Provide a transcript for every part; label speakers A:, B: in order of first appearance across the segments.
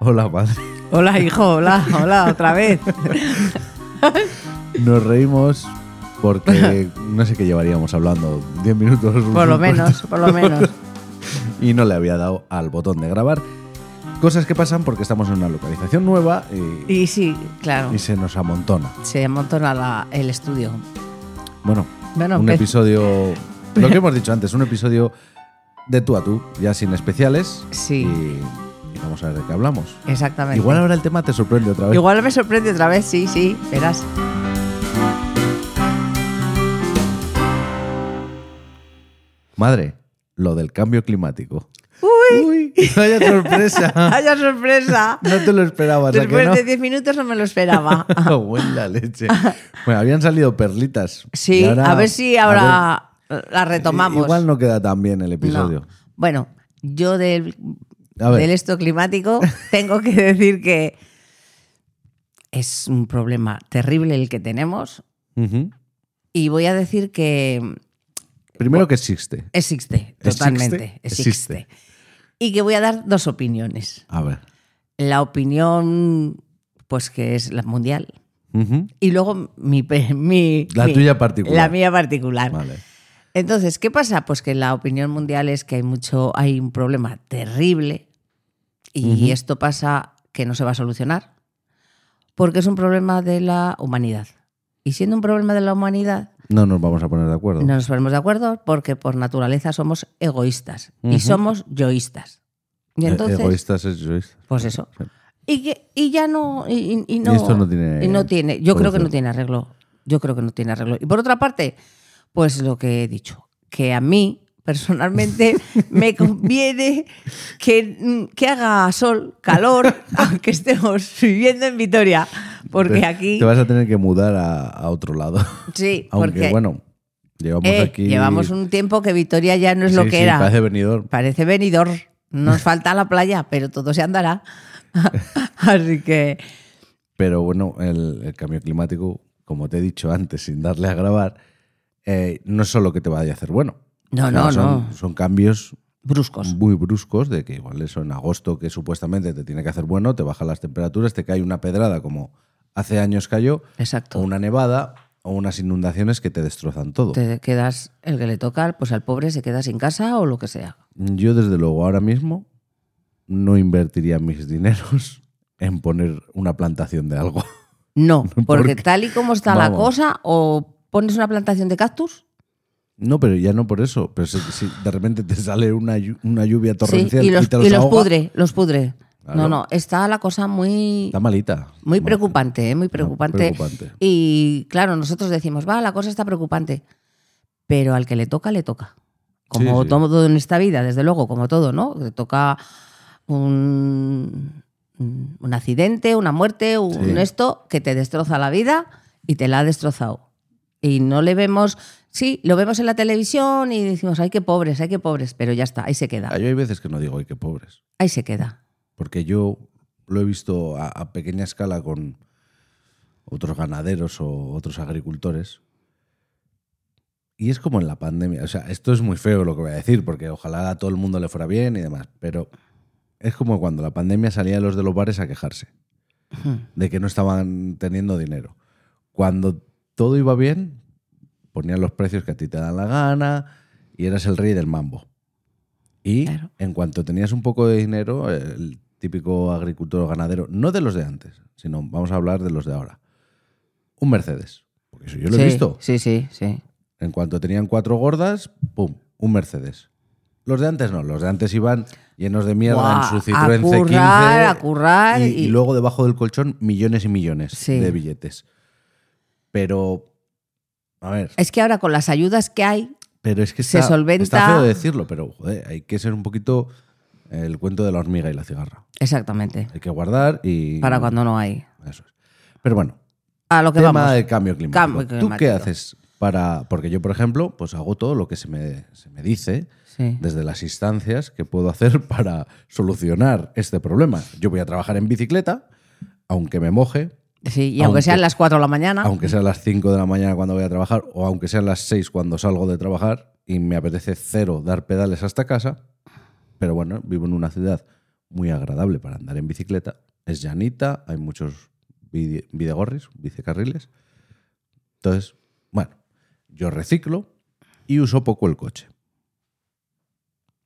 A: Hola, madre.
B: Hola, hijo, hola, hola, otra vez.
A: Nos reímos porque no sé qué llevaríamos hablando. 10 minutos.
B: Por lo menos, por lo menos.
A: Y no le había dado al botón de grabar. Cosas que pasan porque estamos en una localización nueva y,
B: Y sí, claro,
A: y se nos amontona.
B: se amontona la- el estudio.
A: Bueno,
B: Bueno,
A: un
B: pe-
A: episodio. Lo que hemos dicho antes, un episodio de tú a tú, ya sin especiales.
B: Sí.
A: Y, y vamos a ver de qué hablamos.
B: Exactamente.
A: Igual ahora el tema te sorprende otra vez.
B: Igual me sorprende otra vez, sí, sí, verás.
A: Madre, lo del cambio climático. ¡Uy! ¡Vaya sorpresa!
B: ¡Vaya sorpresa!
A: no te lo esperabas, ¿a Ah. que
B: Después
A: no?
B: de 10 minutos no me lo esperaba.
A: Buena leche. Bueno, habían salido perlitas.
B: Sí,
A: Y ahora-
B: a ver si
A: a
B: ahora la
A: ver,
B: retomamos.
A: Igual no queda tan bien el
B: No.
A: episodio.
B: Bueno, yo del,
A: A ver.
B: del esto climático tengo que decir que es un problema terrible el que tenemos
A: Ujú.
B: y voy a decir que
A: Primero que existe.
B: existe,
A: ¿Existe?
B: totalmente,
A: Existe.
B: existe. Y que voy a dar dos opiniones.
A: A ver.
B: La opinión, pues que es la mundial.
A: Ujú.
B: Y luego mi... pe- mi
A: La
B: mi-
A: tuya particular.
B: La mía particular.
A: Vale.
B: Entonces, ¿qué pasa? Pues que la opinión mundial es que hay mucho, hay un problema terrible y esto pasa que no se va a solucionar porque es un problema de la humanidad. Y siendo un problema de la humanidad,
A: No nos vamos a poner de acuerdo.
B: no nos ponemos de acuerdo porque por naturaleza somos egoístas
A: Ujú.
B: y somos yoístas. Y
A: E-
B: entonces,
A: Egoístas es egoísta.
B: pues eso. Y, que, y ya no y, y- y no.
A: Y esto no tiene
B: y no tiene. Yo creo que no
A: solución.
B: tiene arreglo. Yo creo que no tiene arreglo. Y por otra parte, pues lo que he dicho, que a mí personalmente me conviene que, mm, que haga sol, calor, aunque estemos viviendo en Vitoria, porque
A: Te-
B: aquí
A: Te vas a tener que mudar a, a otro lado.
B: sí,
A: Aunque
B: porque
A: bueno, llevamos
B: eh,
A: aquí.
B: llevamos un tiempo que Vitoria ya no es lo
A: Sí,
B: que
A: sí,
B: era.
A: Parece venidor.
B: Parece venidor. Nos falta la playa, pero todo se andará. Así que
A: Pero bueno, el, el cambio climático, como te he dicho antes, sin darle a grabar, eh, no es solo que te vaya a hacer bueno.
B: No, Ah, no,
A: son,
B: no.
A: Son cambios
B: bruscos.
A: muy bruscos de que igual eso en agosto, que supuestamente te tiene que hacer bueno, te bajan las temperaturas, te cae una pedrada como hace años cayó, o
B: Exacto.
A: una nevada, o unas inundaciones que te destrozan todo.
B: Te quedas, el que le toca, pues al pobre se queda sin casa o lo que sea.
A: Yo desde luego ahora mismo no invertiría mis dineros en poner una plantación de algo.
B: No, porque
A: Porque-
B: tal y como está la
A: Vamos.
B: cosa, o pones una plantación de cactus
A: No, pero ya no por eso. Pero si, si de repente te sale una, llu- una lluvia
B: sí,
A: torrencial
B: y los,
A: te los,
B: y los
A: ahoga,
B: pudre, los pudre.
A: Claro.
B: No, no, está la cosa muy,
A: Está malita.
B: muy
A: Mal-
B: preocupante, ¿eh? muy preocupante.
A: preocupante.
B: Y claro, nosotros decimos, va, la cosa está preocupante, pero al que le toca, le toca. Como
A: Sí, sí.
B: todo en esta vida, desde luego, como todo, ¿no? Le toca un, un accidente, una muerte, un
A: Sí.
B: esto que te destroza la vida y te la ha destrozado. Y no le vemos, sí, lo vemos en la televisión y decimos, ay, qué pobres, ay, qué pobres, pero ya está, ahí se queda,
A: Ah, Yo hay veces que no digo, ay, qué pobres.
B: ahí se queda.
A: Porque yo lo he visto a, a pequeña escala con otros ganaderos o otros agricultores. Y es como en la pandemia. O sea, esto es muy feo lo que voy a decir, porque ojalá a todo el mundo le fuera bien y demás. Pero es como cuando la pandemia salían los de los bares a quejarse de que no estaban teniendo dinero. Cuando todo iba bien, ponían los precios que a ti te dan la gana y eras el rey del mambo. Y
B: Claro.
A: en cuanto tenías un poco de dinero, el típico agricultor o ganadero, no de los de antes, sino vamos a hablar de los de ahora, un Mercedes. Porque eso yo lo he
B: Sí,
A: visto.
B: Sí, sí, sí.
A: En cuanto tenían cuatro gordas, ¡pum! Un Mercedes. Los de antes no, los de antes iban llenos de mierda
B: Buah,
A: en su Citroën
B: a currar,
A: C15.
B: a currar
A: y,
B: y-
A: y luego debajo del colchón millones y millones
B: Sí.
A: de billetes. Pero, a ver,
B: Es que ahora con las ayudas que hay,
A: pero es que
B: se
A: está,
B: solventa-
A: está feo de decirlo, pero joder, hay que ser un poquito el cuento de la hormiga y la cigarra.
B: exactamente,
A: Hay que guardar y...
B: para cuando no hay.
A: Eso es. Pero bueno,
B: A lo que
A: tema
B: vamos.
A: del cambio climático.
B: Cambio
A: ¿Tú qué
B: climático.
A: haces para...? Porque yo, por ejemplo, pues hago todo lo que se me, se me dice
B: Sí.
A: desde las instancias que puedo hacer para solucionar este problema. Yo voy a trabajar en bicicleta, aunque me moje,
B: Sí, y aunque,
A: Aunque-
B: sean las 4 de la mañana,
A: aunque sean las 5 de la mañana cuando voy a trabajar o aunque sean las 6 cuando salgo de trabajar y me apetece cero dar pedales hasta casa, pero bueno, vivo en una ciudad muy agradable para andar en bicicleta. Es llanita, hay muchos vide- videgorris, bicecarriles. Entonces, bueno, yo reciclo y uso poco el coche.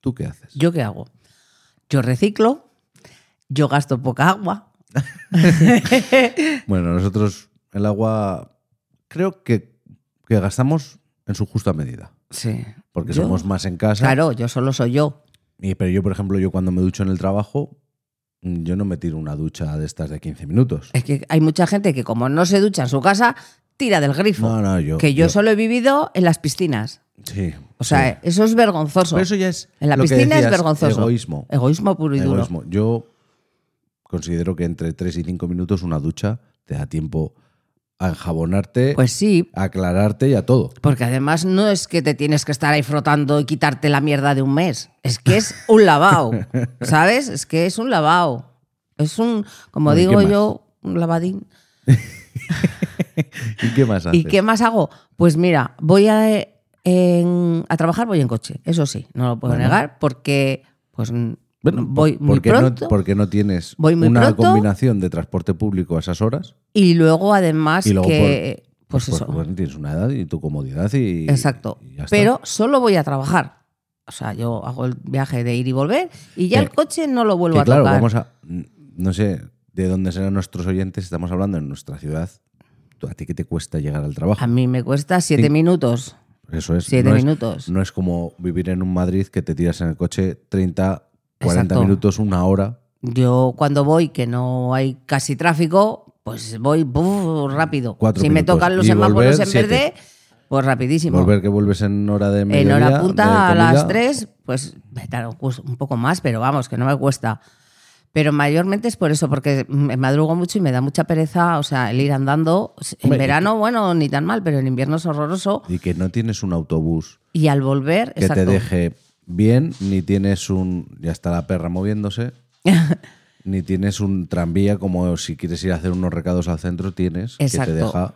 A: ¿Tú qué haces?
B: ¿Yo qué hago? Yo reciclo, yo gasto poca agua.
A: Bueno, nosotros el agua creo que, que gastamos en su justa medida,
B: Sí.
A: porque
B: Yo-
A: somos más en casa.
B: Claro, yo solo soy yo.
A: Y- pero yo, por ejemplo, yo cuando me ducho en el trabajo, mm, yo no me tiro una ducha de estas de 15 minutos.
B: Es que hay mucha gente que como no se ducha en su casa, tira del grifo.
A: No, no, yo.
B: que yo, solo he vivido en las piscinas.
A: Sí.
B: O sea, eh,
A: sí.
B: eso es vergonzoso.
A: Pero eso ya es.
B: en la
A: lo que
B: piscina es
A: decías,
B: vergonzoso.
A: Egoísmo.
B: Egoísmo puro y duro.
A: Egoísmo. Yo considero que entre 3 y 5 minutos una ducha te da tiempo a enjabonarte,
B: Pues sí,
A: a aclararte y a todo.
B: porque además no es que te tienes que estar ahí frotando y quitarte la mierda de un mes. Es que es un lavado. ¿Sabes? Es que es un lavado. Es un, como
A: Bueno, ¿y qué
B: digo
A: más?
B: yo, un lavadín.
A: ¿Y qué más haces?
B: ¿Y qué más hago? Pues mira, voy a, eh, en- a trabajar, voy en coche. Eso sí, no lo puedo
A: Bueno.
B: negar porque pues, mm,
A: Bueno,
B: voy
A: por-
B: muy
A: porque no,
B: pronto
A: porque no tienes
B: Voy muy
A: una
B: pronto.
A: combinación de transporte público a esas horas.
B: y luego además
A: Y luego
B: que... pues,
A: Pues
B: eso.
A: bueno, tienes una edad y tu comodidad y.
B: Exacto.
A: y ya está.
B: Pero solo voy a trabajar. O sea, yo hago el viaje de ir y volver y ya
A: Que-
B: el coche no lo vuelvo
A: Que
B: a
A: claro,
B: tocar.
A: vamos a. No sé de dónde serán nuestros oyentes, estamos hablando en nuestra ciudad. Tú- ¿A ti qué te cuesta llegar al trabajo?
B: A mí me cuesta siete
A: Sí.
B: minutos.
A: Eso es.
B: Siete
A: no
B: minutos.
A: Es, no es como vivir en un Madrid que te tiras en el coche 30, 40
B: Exacto.
A: minutos, una hora.
B: Yo cuando voy, que no hay casi tráfico, pues voy buf, rápido.
A: Cuatro
B: si me
A: minutos.
B: tocan los
A: Y
B: semáforos
A: volver,
B: en
A: siete.
B: verde, pues rapidísimo.
A: Volver que vuelves en hora de
B: en
A: mediodía,
B: hora
A: de
B: punta a
A: comida.
B: las 3, pues me tarda un cus- un poco más, pero vamos, que no me cuesta. Pero mayormente es por eso, porque me madrugo mucho y me da mucha pereza, o sea, el ir andando. En
A: Hombre, y-
B: verano, bueno, ni tan mal, pero en invierno es horroroso.
A: Y que no tienes un autobús
B: Y al volver,
A: que
B: exacto.
A: te deje bien, ni tienes un. Ya está la perra moviéndose. ni tienes un tranvía como si quieres ir a hacer unos recados al centro, tienes que
B: Exacto.
A: te deja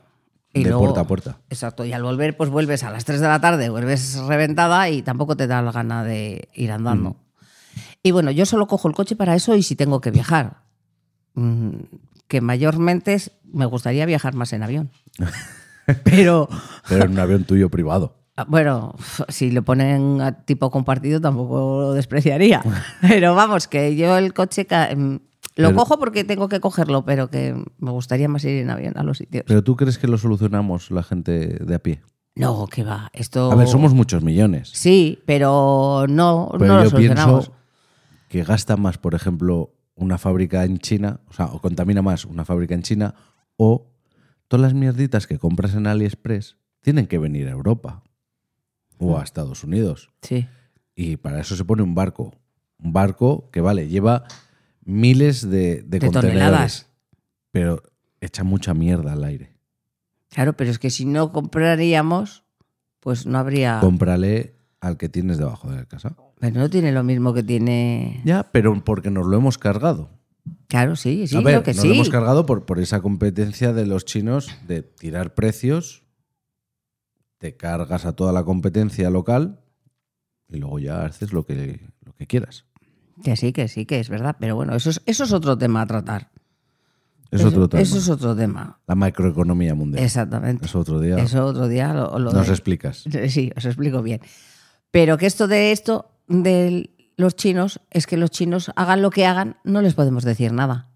B: Y
A: de
B: luego-
A: puerta a puerta.
B: Exacto, y al volver, pues vuelves a las 3 de la tarde, vuelves reventada y tampoco te da la gana de ir andando.
A: Mm.
B: Y bueno, yo solo cojo el coche para eso y si tengo que viajar. Mm, Que mayormente es- me gustaría viajar más en avión. Pero ah,
A: Pero en un avión tuyo privado.
B: Bueno, si lo ponen a tipo compartido tampoco lo despreciaría. Pero vamos, que yo el coche ca- mm, lo
A: Pero-
B: cojo porque tengo que cogerlo, pero que me gustaría más ir en avión a los sitios.
A: Pero tú crees que lo solucionamos la gente de a pie.
B: no, que va. Esto.
A: A ver, somos muchos millones.
B: Sí, pero no,
A: Pero
B: Pues no lo
A: yo
B: solucionamos.
A: pienso que gasta más, por ejemplo, una fábrica en China, o sea, o contamina más una fábrica en China, o todas las mierditas que compras en AliExpress tienen que venir a Europa
B: Hmm.
A: o a Estados Unidos.
B: Sí.
A: Y para eso se pone un barco. Un barco que, vale, lleva miles de, de
B: De
A: contenedores.
B: toneladas.
A: Pero echa mucha mierda al aire.
B: Claro, pero es que si no compraríamos, pues no habría.
A: Cómprale al que tienes debajo de la casa.
B: Pero no tiene lo mismo que tiene.
A: Ya, pero porque nos lo hemos cargado.
B: Claro, sí, sí,
A: a ver,
B: creo que
A: nos
B: sí.
A: lo hemos cargado por, por esa competencia de los chinos de tirar precios, te cargas a toda la competencia local y luego ya haces lo que, lo que quieras.
B: Que sí, que sí, que es verdad. Pero bueno, eso es, eso es otro tema a tratar.
A: Es
B: Eso-
A: otro tema.
B: Eso es otro tema.
A: La macroeconomía mundial.
B: Exactamente.
A: Es otro día.
B: Eso otro día lo, lo-
A: Nos explicas.
B: Sí, os explico bien. Pero que esto de esto de los chinos es que los chinos hagan lo que hagan, no les podemos decir nada,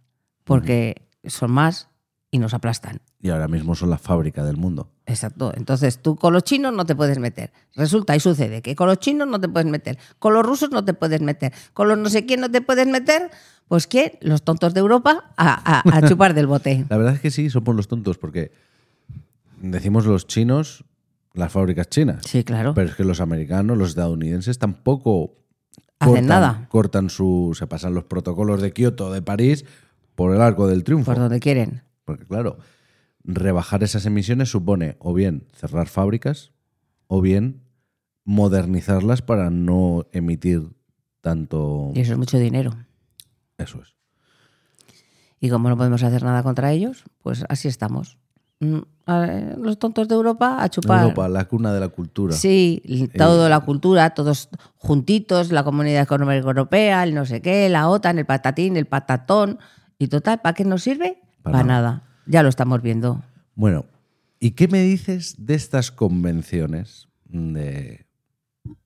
B: porque son más y nos aplastan.
A: y ahora mismo son la fábrica del mundo.
B: Exacto. Entonces tú con los chinos no te puedes meter. Resulta y sucede que con los chinos no te puedes meter, con los rusos no te puedes meter, con los no sé quién no te puedes meter. Pues ¿quién? Los tontos de Europa a, a- a chupar del bote.
A: La verdad es que sí, somos los tontos, porque decimos los chinos, las fábricas chinas,
B: Sí, claro.
A: pero es que los americanos, los estadounidenses tampoco
B: Hacen nada.
A: cortan su, se pasan los protocolos de Kioto, de París, por el arco del triunfo.
B: Por donde quieren.
A: Porque claro, rebajar esas emisiones supone o bien cerrar fábricas o bien modernizarlas para no emitir tanto...
B: Y eso es mucho dinero.
A: Eso es.
B: Y como no podemos hacer nada contra ellos, pues así estamos. Mm, a ver, Los tontos de Europa a chupar.
A: Europa, la cuna de la cultura.
B: Sí,
A: Eh,
B: l- toda la cultura, todos juntitos, la Comunidad Económica Europea, el no sé qué, la OTAN, el patatín, el patatón. Y total, ¿para qué nos sirve?
A: Para
B: Para
A: nada.
B: nada. Ya lo estamos viendo.
A: Bueno, ¿y qué me dices de estas convenciones de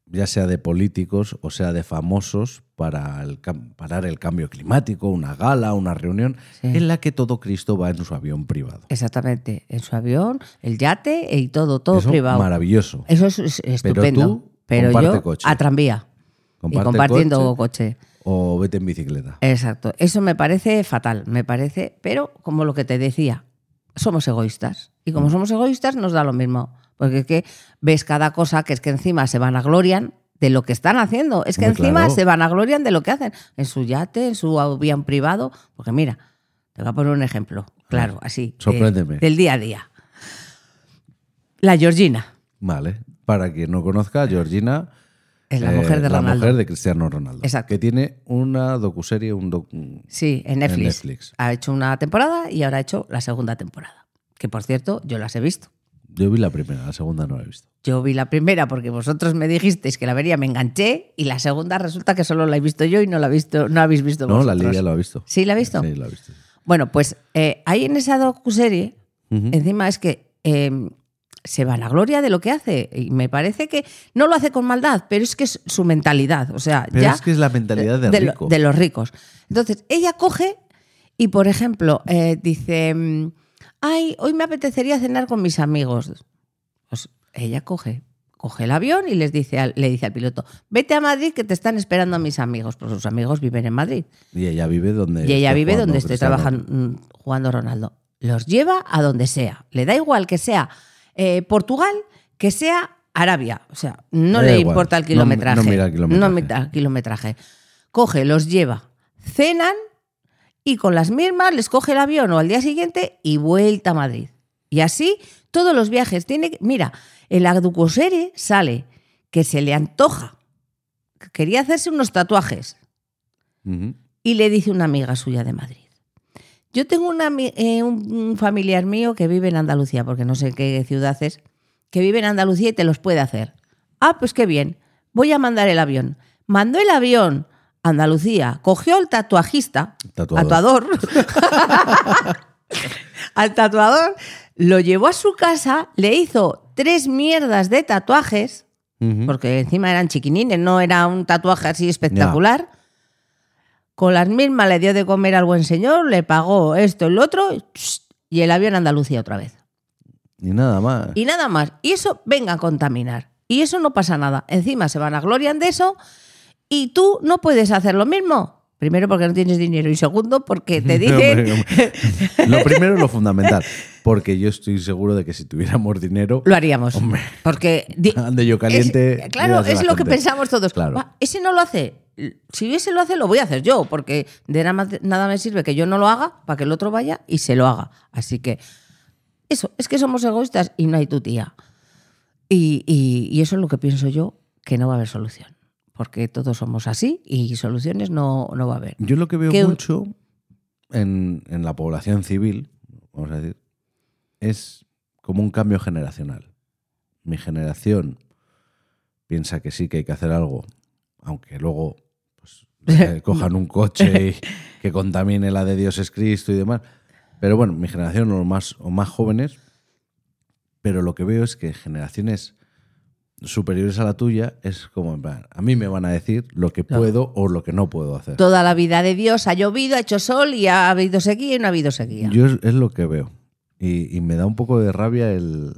A: ya sea de políticos o sea de famosos para el cam- parar el cambio climático, una gala, una reunión
B: Sí.
A: en la que todo Cristo va en su avión privado?
B: Exactamente. En su avión, el yate y todo, todo
A: Eso,
B: privado.
A: Maravilloso.
B: Eso es- es
A: Pero
B: estupendo. Pero,
A: tú comparte
B: yo
A: coche.
B: a tranvía y
A: Comparte
B: compartiendo Eh.
A: coche
B: coche.
A: o vete en bicicleta.
B: Exacto. Eso me parece fatal, me parece, pero como lo que te decía, somos egoístas. Y como somos egoístas, nos da lo mismo. Porque es que ves cada cosa que es que encima se van a glorian de lo que están haciendo. Es que
A: Hombre,
B: encima
A: claro.
B: se van a glorian de lo que hacen. En su yate, en su avión privado. Porque mira, te voy a poner un ejemplo. Claro, así. de-
A: sorpréndeme.
B: del día a día. La Georgina
A: Vale. Para quien no conozca, Georgina
B: es Eh, la
A: eh,
B: mujer de
A: la
B: Ronaldo.
A: mujer de Cristiano Ronaldo,
B: Exacto.
A: que tiene una docuserie, un docu-
B: Sí, en Netflix.
A: Netflix.
B: Ha hecho una temporada y ahora ha hecho la segunda temporada. Que por cierto, yo las he visto.
A: Yo vi la primera, la segunda no la he visto.
B: Yo vi la primera porque vosotros me dijisteis que la vería, me enganché y la segunda resulta que solo la he visto yo y no la he visto, no habéis visto
A: No, la
B: vosotros.
A: Lidia lo ha visto.
B: ¿Sí la ha visto?
A: Sí, la ha visto.
B: Bueno, pues eh, ahí en esa docuserie,
A: Ujú.
B: encima es que eh, se va la gloria de lo que hace y me parece que no lo hace con maldad, pero es que es su mentalidad, o sea,
A: Pero
B: ya
A: es que es la mentalidad de,
B: lo-
A: rico.
B: de los ricos. Entonces, ella coge y, por ejemplo, eh, dice, mm, ay, hoy me apetecería cenar con mis amigos. Pues ella coge, coge el avión y les dice al- le dice al piloto, vete a Madrid que te están esperando a mis amigos, pues sus amigos viven en Madrid.
A: Y ella vive donde.
B: y ella
A: esté
B: vive
A: jugando
B: donde esté
A: Cristiano.
B: trabajando, mm, jugando Ronaldo. Los lleva a donde sea. Le da igual que sea eh, Portugal, que sea Arabia. O sea, no
A: Le da
B: le
A: igual.
B: importa el
A: No-
B: kilometraje.
A: no mira el kilometraje.
B: No mira el kilometraje. Coge, los lleva, cenan y con las mismas les coge el avión o al día siguiente y vuelta a Madrid. Y así todos los viajes. Tiene, que- mira, en la docuserie sale que se le antoja. que Quería hacerse unos tatuajes.
A: Ujú.
B: Y le dice una amiga suya de Madrid. Yo tengo una ami- eh, un un familiar mío que vive en Andalucía, porque no sé qué ciudad es, que vive en Andalucía y te los puede hacer. Ah, pues qué bien, voy a mandar el avión. Mandó el avión a Andalucía, cogió al tatuajista,
A: Tatuador.
B: tatuador, al tatuador, lo llevó a su casa, le hizo tres mierdas de tatuajes,
A: Ujú.
B: porque encima eran chiquinines, no era un tatuaje así espectacular. Con las mismas le dio de comer al buen señor, le pagó esto y lo otro, y el avión a Andalucía otra vez.
A: Y nada más.
B: Y nada más. Y eso venga a contaminar. Y eso no pasa nada. Encima se van a glorian de eso y tú no puedes hacer lo mismo. Primero porque no tienes dinero y segundo porque te
A: Hombre,
B: dicen
A: hombre. lo primero es lo fundamental. Porque yo estoy seguro de que si tuviéramos dinero.
B: lo haríamos.
A: Hombre.
B: Porque di-
A: Ande yo caliente.
B: Es- claro,
A: le das a
B: es
A: la
B: lo que
A: gente.
B: pensamos todos.
A: Claro.
B: Va, ese no lo hace. Si ese lo hace, lo voy a hacer yo, porque de nada, más- nada me sirve que yo no lo haga para que el otro vaya y se lo haga. Así que eso, es que somos egoístas y no hay tu tía. Y, y- y eso es lo que pienso yo, que no va a haber solución, porque todos somos así y soluciones no, no va a haber.
A: Yo lo que veo
B: Que-
A: mucho en, en la población civil, vamos a decir, es como un cambio generacional. Mi generación piensa que sí, que hay que hacer algo, aunque luego pues, eh, cojan un coche y que contamine la de Dios es Cristo y demás. Pero bueno, mi generación o más, o más jóvenes, pero lo que veo es que generaciones superiores a la tuya es como, en plan, a mí me van a decir lo que
B: Claro.
A: puedo o lo que no puedo hacer.
B: Toda la vida de Dios ha llovido, ha hecho sol y ha habido sequía y no ha habido sequía.
A: Yo es, es lo que veo. Y, y me da un poco de rabia el...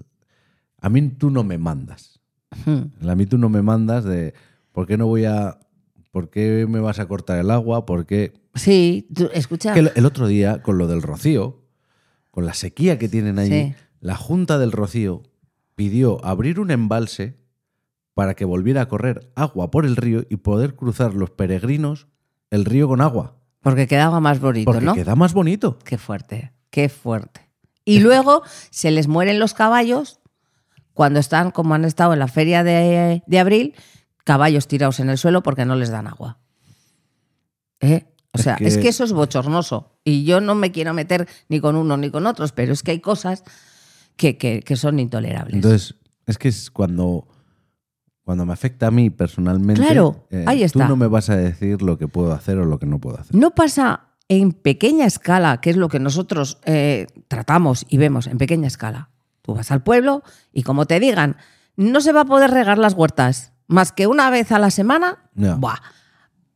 A: A mí tú no me mandas.
B: Hmm.
A: A mí tú no me mandas de... ¿Por qué no voy a... ¿Por qué me vas a cortar el agua? ¿Por qué...
B: Sí, tú- escucha.
A: Que el, el otro día, con lo del rocío, con la sequía que tienen allí,
B: Sí.
A: la Junta del Rocío pidió abrir un embalse para que volviera a correr agua por el río y poder cruzar los peregrinos el río con agua.
B: Porque quedaba más bonito,
A: Porque
B: ¿no?
A: queda más bonito.
B: Qué fuerte, qué fuerte. Y luego se les mueren los caballos cuando están, como han estado en la feria de, de abril, caballos tirados en el suelo porque no les dan agua. ¿Eh? O
A: Es
B: sea,
A: que-
B: es que eso es bochornoso. Y yo no me quiero meter ni con uno ni con otros, pero es que hay cosas que, que- que son intolerables.
A: Entonces, es que es cuando, cuando me afecta a mí personalmente. eh,
B: Claro, ahí está.
A: Tú no me vas a decir lo que puedo hacer o lo que no puedo hacer.
B: no pasa en pequeña escala, que es lo que nosotros eh, tratamos y vemos en pequeña escala. Tú vas al pueblo y como te digan, no se va a poder regar las huertas más que una vez a la semana,
A: Ya.
B: ¡buah!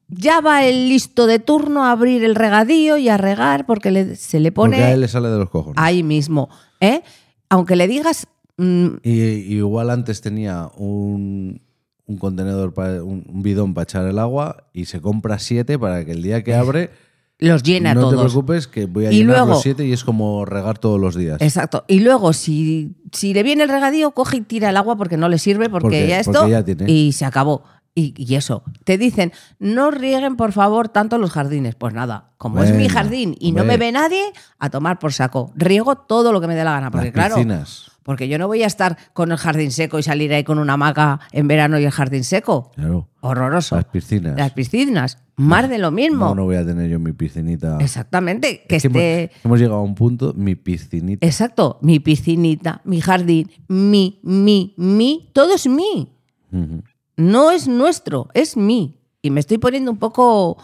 B: ya va el listo de turno a abrir el regadío y a regar porque le- se le
A: Porque a él
B: pone
A: le sale de los cojones.
B: ahí mismo. ¿eh? Aunque le digas, mm,
A: Y, y igual antes tenía un, un contenedor, para, un, un bidón para echar el agua y se compra siete para que el día que abre,
B: los Eh, llena a
A: no te
B: todos.
A: preocupes que voy a
B: Y
A: llenar
B: luego-
A: los siete y es como regar todos los días.
B: Exacto. Y luego, si, si le viene el regadío, coge y tira el agua porque no le sirve, porque,
A: Porque-
B: ya esto.
A: porque ya tiene.
B: Y se acabó. Y, y eso. Te dicen, no rieguen, por favor, tanto los jardines. Pues nada, como es mi
A: Bueno,
B: jardín y no
A: hombre.
B: me ve nadie, a tomar por saco. Riego todo lo que me dé la gana. Porque
A: Las
B: claro.
A: piscinas.
B: Porque yo no voy a estar con el jardín seco y salir ahí con una hamaca en verano y el jardín seco.
A: Claro.
B: Horroroso.
A: Las piscinas.
B: Las piscinas. Más de lo mismo.
A: No, no voy a tener yo mi piscinita.
B: Exactamente. Que este
A: Es que hemos-
B: esté.
A: hemos, llegado a un punto, mi piscinita.
B: Exacto, mi piscinita, mi jardín, mi, mi, mi, todo es mi.
A: Ujú.
B: No es nuestro, es mi. Y me estoy poniendo un poco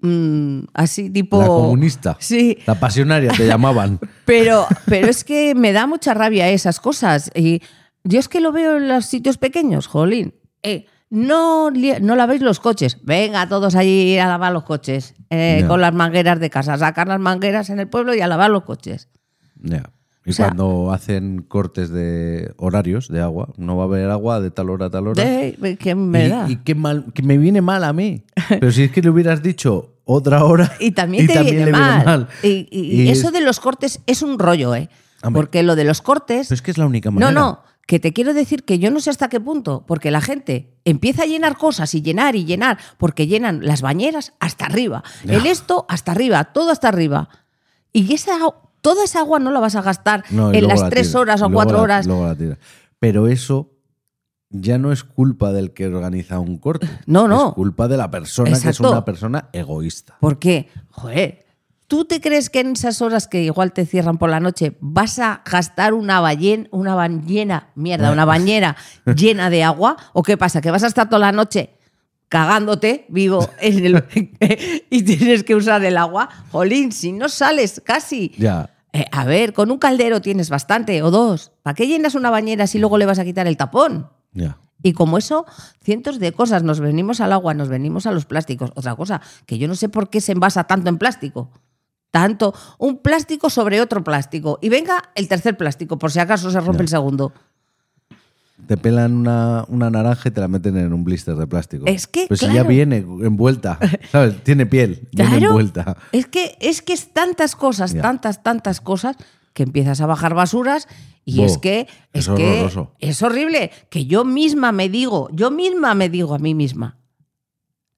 B: mm, así tipo...
A: La comunista.
B: Sí,
A: La pasionaria te llamaban.
B: pero, pero es que me da mucha rabia esas cosas. Y yo es que lo veo en los sitios pequeños, jolín. Eh, no, li- no lavéis los coches. Venga, todos allí a lavar los coches. eh,
A: Ya.
B: Con las mangueras de casa. Sacar las mangueras en el pueblo y a lavar los coches.
A: Ya. Y
B: O sea-
A: cuando hacen cortes de horarios de agua, no va a haber agua de tal hora a tal hora.
B: Eh, que
A: Y-
B: me da.
A: Y, qué mal, que me viene mal a mí. Pero si es que le hubieras dicho otra hora.
B: Y también te
A: también
B: viene
A: le
B: mal. Y, y
A: Y-
B: eso de los cortes es un rollo, ¿eh?
A: Hombre.
B: Porque lo de los cortes.
A: Pero es que es la única
B: no,
A: manera.
B: no. Que te quiero decir que yo no sé hasta qué punto, porque la gente empieza a llenar cosas y llenar y llenar, porque llenan las bañeras hasta arriba,
A: Ya.
B: el esto hasta arriba, todo hasta arriba. Y esa, agu- toda esa agua no la vas a gastar
A: No, y
B: en
A: luego
B: las
A: la
B: tres
A: tira.
B: horas o
A: Luego
B: cuatro
A: la-
B: horas.
A: luego la tira. Pero eso ya no es culpa del que organiza un corte.
B: No, no.
A: Es culpa de la persona que es
B: Exacto.
A: una persona egoísta.
B: ¿Por qué? Joder, ¿tú te crees que en esas horas que igual te cierran por la noche vas a gastar una ballena, una ballena, mierda, una bañera llena de agua? ¿O qué pasa? ¿Que vas a estar toda la noche cagándote vivo en el- y tienes que usar el agua? Jolín, si no sales casi.
A: Ya.
B: Eh, a ver, con un caldero tienes bastante o dos. ¿Para qué llenas una bañera si luego le vas a quitar el tapón?
A: Ya.
B: Y como eso, cientos de cosas. Nos venimos al agua, nos venimos a los plásticos. Otra cosa, que yo no sé por qué se envasa tanto en plástico. Tanto. Un plástico sobre otro plástico. Y venga el tercer plástico, por si acaso se rompe
A: Ya.
B: el segundo.
A: Te pelan una, una naranja y te la meten en un blister de plástico.
B: Es que,
A: Pues si ya
B: claro.
A: viene envuelta, ¿sabes? Tiene piel, viene
B: Claro.
A: envuelta.
B: Es que es, que es tantas cosas,
A: Ya.
B: tantas, tantas cosas que empiezas a bajar basuras y
A: Bo,
B: es que es,
A: eso es
B: que
A: horroroso.
B: es horrible que yo misma me digo, yo misma me digo a mí misma,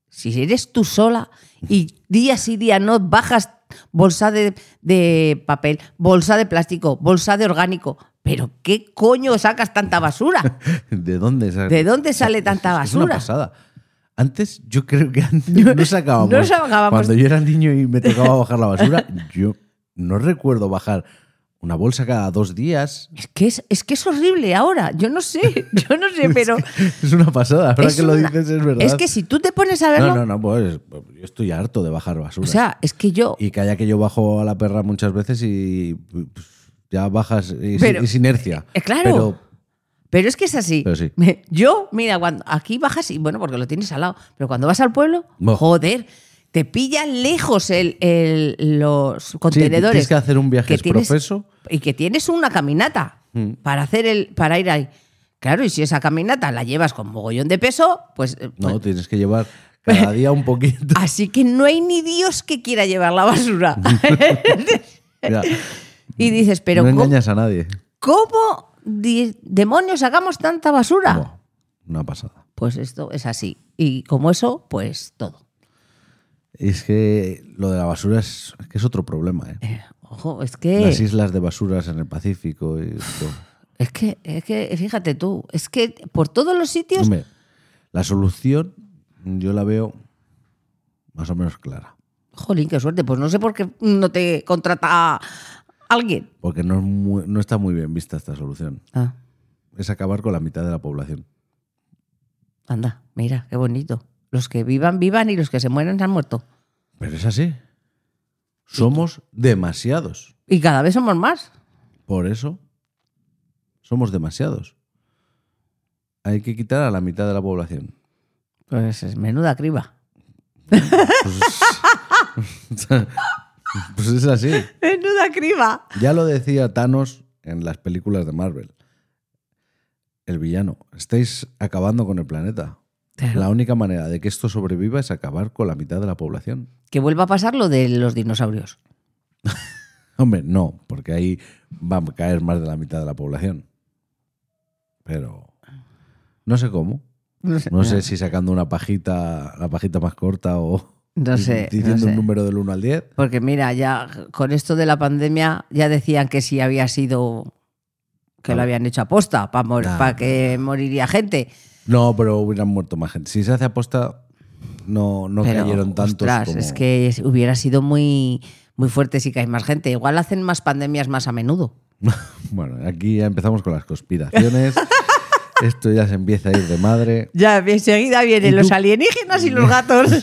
B: si eres tú sola y día sí día no bajas bolsa de, de papel, bolsa de plástico, bolsa de orgánico, pero ¿qué coño sacas tanta basura?
A: ¿De dónde sale?
B: ¿De dónde sale tanta
A: Es una
B: basura?
A: pasada. Antes, yo creo que antes no sacábamos.
B: No sacábamos.
A: Cuando yo era niño y me tocaba bajar la basura, yo no recuerdo bajar una bolsa cada dos días.
B: Es que es, es que es horrible ahora, yo no sé, yo no sé, pero...
A: Es una pasada. Ahora
B: Es
A: que lo
B: una-
A: dices, es verdad.
B: Es que si tú te pones a verlo,
A: No, no, no. Pues, yo estoy harto de bajar basura.
B: O sea, es que yo.
A: y calla que yo bajo a la perra muchas veces y pues, ya bajas y, sin-
B: Pero-
A: y sin inercia.
B: eh, claro.
A: Pero
B: Pero es que es así.
A: Pero sí.
B: Me- Yo, mira, cuando aquí bajas y bueno, porque lo tienes al lado, pero cuando vas al pueblo,
A: Bo.
B: joder, te pillan lejos el, el- los
A: sí,
B: contenedores.
A: tienes que hacer un viaje
B: que tienes-
A: exprofeso.
B: Y que tienes una caminata
A: Mm.
B: para hacer el, para ir ahí. Claro, y si esa caminata la llevas con mogollón de peso, pues. eh,
A: No,
B: pues-
A: tienes que llevar cada día un poquito.
B: así que no hay ni Dios que quiera llevar la basura.
A: Ya.
B: y dices, pero
A: no
B: ¿cómo-
A: engañas a nadie.
B: ¿cómo di- demonios sacamos tanta basura?
A: Buah, una pasada.
B: Pues esto es así. Y como eso, pues todo.
A: Es que lo de la basura es, es que es otro problema. ¿eh?
B: Eh, Ojo, es que,
A: Las islas de basuras en el Pacífico. Y todo.
B: es que, es que, fíjate tú, es que por todos los sitios,
A: Hombre, la solución yo la veo más o menos clara.
B: jolín, qué suerte, pues no sé por qué no te contrata alguien.
A: Porque no, es muy- no está muy bien vista esta solución.
B: Ah,
A: Es acabar con la mitad de la población.
B: anda, mira, qué bonito. Los que vivan, vivan y los que se mueren se han muerto.
A: Pero es así. Somos demasiados.
B: Y cada vez somos más.
A: Por eso somos demasiados. Hay que quitar a la mitad de la población.
B: Pues es menuda criba.
A: Pues es así.
B: Menuda criba.
A: Ya lo decía Thanos en las películas de Marvel. El villano. Estáis acabando con el planeta.
B: Claro.
A: La única manera de que esto sobreviva es acabar con la mitad de la población.
B: Que vuelva a pasar lo de los dinosaurios.
A: Hombre, no, porque ahí va a caer más de la mitad de la población. Pero no sé cómo. No sé si sacando una pajita, la pajita más corta o
B: No sé, no
A: diciendo
B: sé.
A: un número del 1 al 10.
B: Porque mira, ya con esto de la pandemia ya decían que si había sido que lo habían hecho aposta para
A: Nah.
B: que moriría gente.
A: No, pero hubieran muerto más gente. Si se hace aposta, no, no
B: Pero,
A: cayeron tantos.
B: ostras,
A: como-
B: es que es- hubiera sido muy muy fuerte si cae más gente. Igual hacen más pandemias más a menudo.
A: Bueno, aquí ya empezamos con las conspiraciones. Esto ya se empieza a ir de madre.
B: Ya, enseguida vienen
A: ¿Y los tú?
B: alienígenas y los gatos.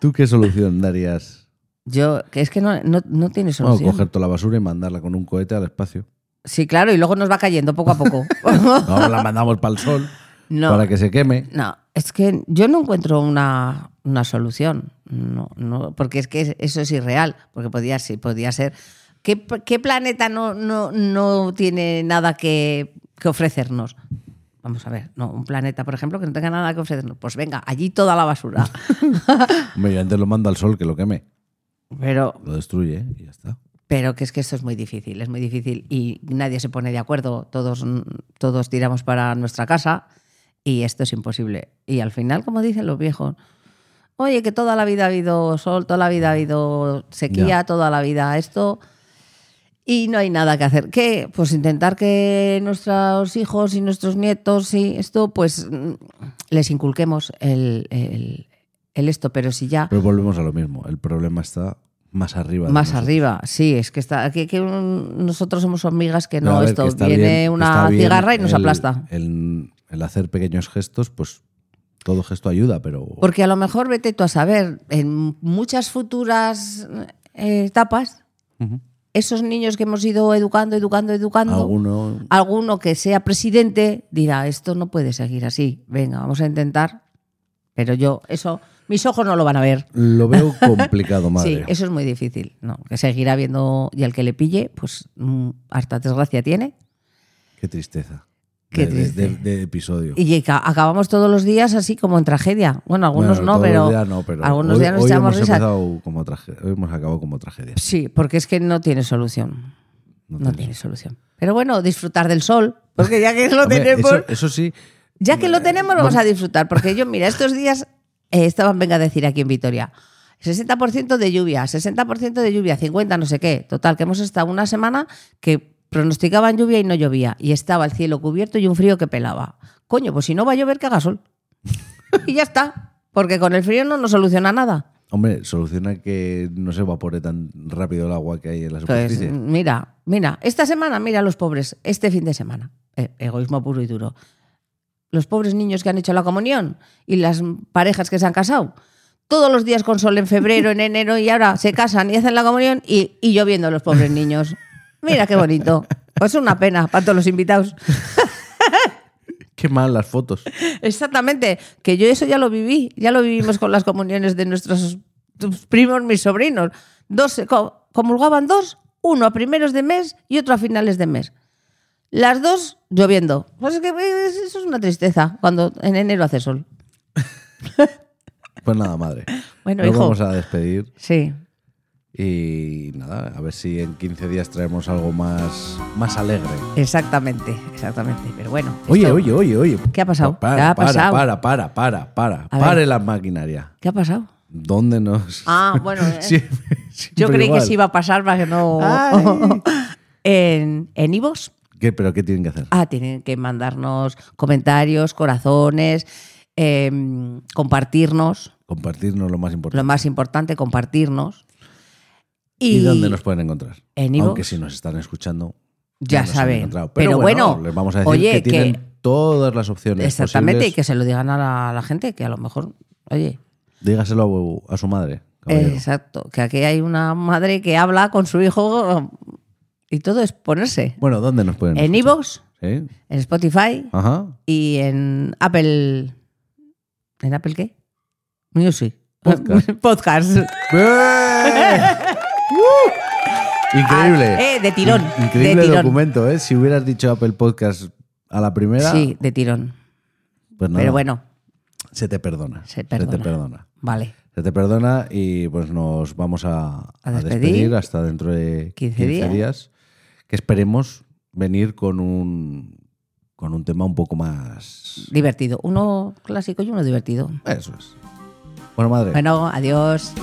A: ¿Tú qué solución darías?
B: Yo, que es que no, no, no tiene
A: Bueno,
B: solución.
A: coger toda la basura y mandarla con un cohete al espacio.
B: Sí, claro, y luego nos va cayendo poco a poco.
A: Ahora la mandamos para el sol
B: No.
A: para que se queme.
B: No, es que yo no encuentro una, una solución. No, no, porque es que es- eso es irreal. Porque podía, sí, podía ser. ¿Qué, p- qué planeta no, no, no tiene nada que, que ofrecernos? Vamos a ver, no, un planeta, por ejemplo, que no tenga nada que ofrecernos. Pues venga, allí toda la basura.
A: Hombre, yo antes lo mando al sol que lo queme.
B: Pero,
A: Lo destruye ¿eh? y ya está.
B: pero que es que esto es muy difícil, es muy difícil. Y nadie se pone de acuerdo. Todos, todos tiramos para nuestra casa y esto es imposible. Y al final, como dicen los viejos, oye, que toda la vida ha habido sol, toda la vida ha habido sequía,
A: Ya.
B: toda la vida esto, y no hay nada que hacer. ¿Qué? Pues intentar que nuestros hijos y nuestros nietos y esto, pues mm, les inculquemos el, el- el esto, pero si ya...
A: Pero volvemos a lo mismo. El problema está más arriba. de
B: más
A: nosotros.
B: arriba, sí, es que está que, que un- nosotros somos hormigas que
A: Pero
B: no,
A: a ver,
B: esto
A: que está
B: viene
A: bien- que
B: una
A: está bien
B: cigarra y nos
A: el-
B: aplasta.
A: El, el hacer pequeños gestos, pues todo gesto ayuda, pero.
B: Porque a lo mejor vete tú a saber, en muchas futuras eh, etapas,
A: Ujú.
B: esos niños que hemos ido educando, educando, educando,
A: Alguno.
B: alguno que sea presidente dirá, esto no puede seguir así, venga, vamos a intentar, pero yo, eso, mis ojos no lo van a ver.
A: Lo veo complicado, madre.
B: Sí, eso es muy difícil, ¿no? Que seguirá viendo y al que le pille, pues mm, harta desgracia tiene.
A: Qué tristeza. de,
B: Qué
A: de-
B: triste.
A: de- de episodio.
B: Y que ca- acabamos todos los días así como en tragedia. Bueno, algunos
A: Bueno,
B: no,
A: todos
B: pero,
A: los días no, pero
B: algunos
A: hoy,
B: días nos
A: hoy
B: echamos
A: hemos
B: risas.
A: empezado como tragedia. Hoy hemos acabado como tragedia.
B: Sí, porque es que no tiene solución.
A: No
B: No
A: tiene-
B: tiene solución. Pero bueno, disfrutar del sol, porque ya que lo
A: Hombre,
B: tenemos,
A: eso, eso sí,
B: ya que lo tenemos vamos a disfrutar, porque yo mira, estos días eh, estaban venga a decir aquí en Vitoria, 60% de lluvia, 60% de lluvia, 50 no sé qué. Total, que hemos estado una semana que pronosticaban lluvia y no llovía y estaba el cielo cubierto y un frío que pelaba. Coño, pues si no va a llover que haga sol. y ya está, porque con el frío no nos soluciona nada.
A: hombre, soluciona que no se evapore tan rápido el agua que hay en la
B: Pues
A: superficie.
B: mira, mira, esta semana, mira a los pobres, este fin de semana, e- egoísmo puro y duro. Los pobres niños que han hecho la comunión y las parejas que se han casado. Todos los días con sol en febrero, en enero y ahora se casan y hacen la comunión y, y lloviendo los pobres niños. Mira qué bonito. Pues una pena para todos los invitados.
A: Qué mal las fotos.
B: Exactamente, que yo eso ya lo viví, ya lo vivimos con las comuniones de nuestros tus primos, mis sobrinos. Dos, se co- comulgaban dos, uno a primeros de mes y otro a finales de mes. Las dos lloviendo. Pues es que eh, eso es una tristeza cuando en enero hace sol.
A: Pues nada, madre.
B: Bueno,
A: Nos
B: hijo.
A: vamos a despedir
B: Sí,
A: y nada, a ver si en 15 días traemos algo más, más alegre.
B: exactamente, exactamente. Pero bueno.
A: Oye,
B: esto-
A: oye, oye, oye.
B: ¿Qué ha pasado?
A: Para,
B: ¿Qué ha
A: para,
B: pasado?
A: para, para, para, para.
B: A
A: Pare
B: ver.
A: la maquinaria.
B: ¿Qué ha pasado?
A: ¿Dónde nos...?
B: Ah, bueno. eh.
A: Siempre-
B: yo
A: siempre
B: creí
A: igual.
B: que se iba a pasar para que no. en en Ivos.
A: ¿Qué, ¿Pero qué tienen que hacer?
B: Ah, tienen que mandarnos comentarios, corazones, eh, compartirnos.
A: Compartirnos lo más importante.
B: Lo más importante, compartirnos.
A: ¿Y, dónde nos pueden encontrar?
B: En
A: Aunque
B: iVoox.
A: si nos están escuchando,
B: Ya
A: no nos han
B: saben.
A: encontrado.
B: Pero bueno,
A: les vamos a decir
B: oye,
A: que
B: que-
A: tienen todas las opciones.
B: Exactamente, y
A: posibles.
B: que se lo digan a la, a la gente, que a lo mejor, oye,
A: Dígaselo a, a su madre. caballero.
B: exacto, que aquí hay una madre que habla con su hijo y todo es ponerse.
A: Bueno, ¿dónde nos pueden
B: en
A: escuchar?
B: iVoox,
A: ¿Sí?
B: en Spotify
A: Ajá.
B: y en Apple. ¿En Apple qué? Music.
A: Podcast.
B: Podcast.
A: ¡Bien! ¡Uh! Increíble.
B: Ah, eh, de tirón,
A: In- Increíble
B: de tirón.
A: documento, ¿eh? Si hubieras dicho Apple Podcast a la primera,
B: Sí, de tirón.
A: pues nada,
B: Pero bueno,
A: se te perdona.
B: Se perdona.
A: te perdona.
B: vale.
A: Se te perdona y pues nos vamos a, a despedir.
B: despedir.
A: hasta dentro de
B: 15
A: 15,
B: días.
A: días. Que esperemos venir con un, con un tema un poco más...
B: Divertido. Uno clásico y uno divertido.
A: Eso es. Bueno, madre.
B: Bueno, adiós.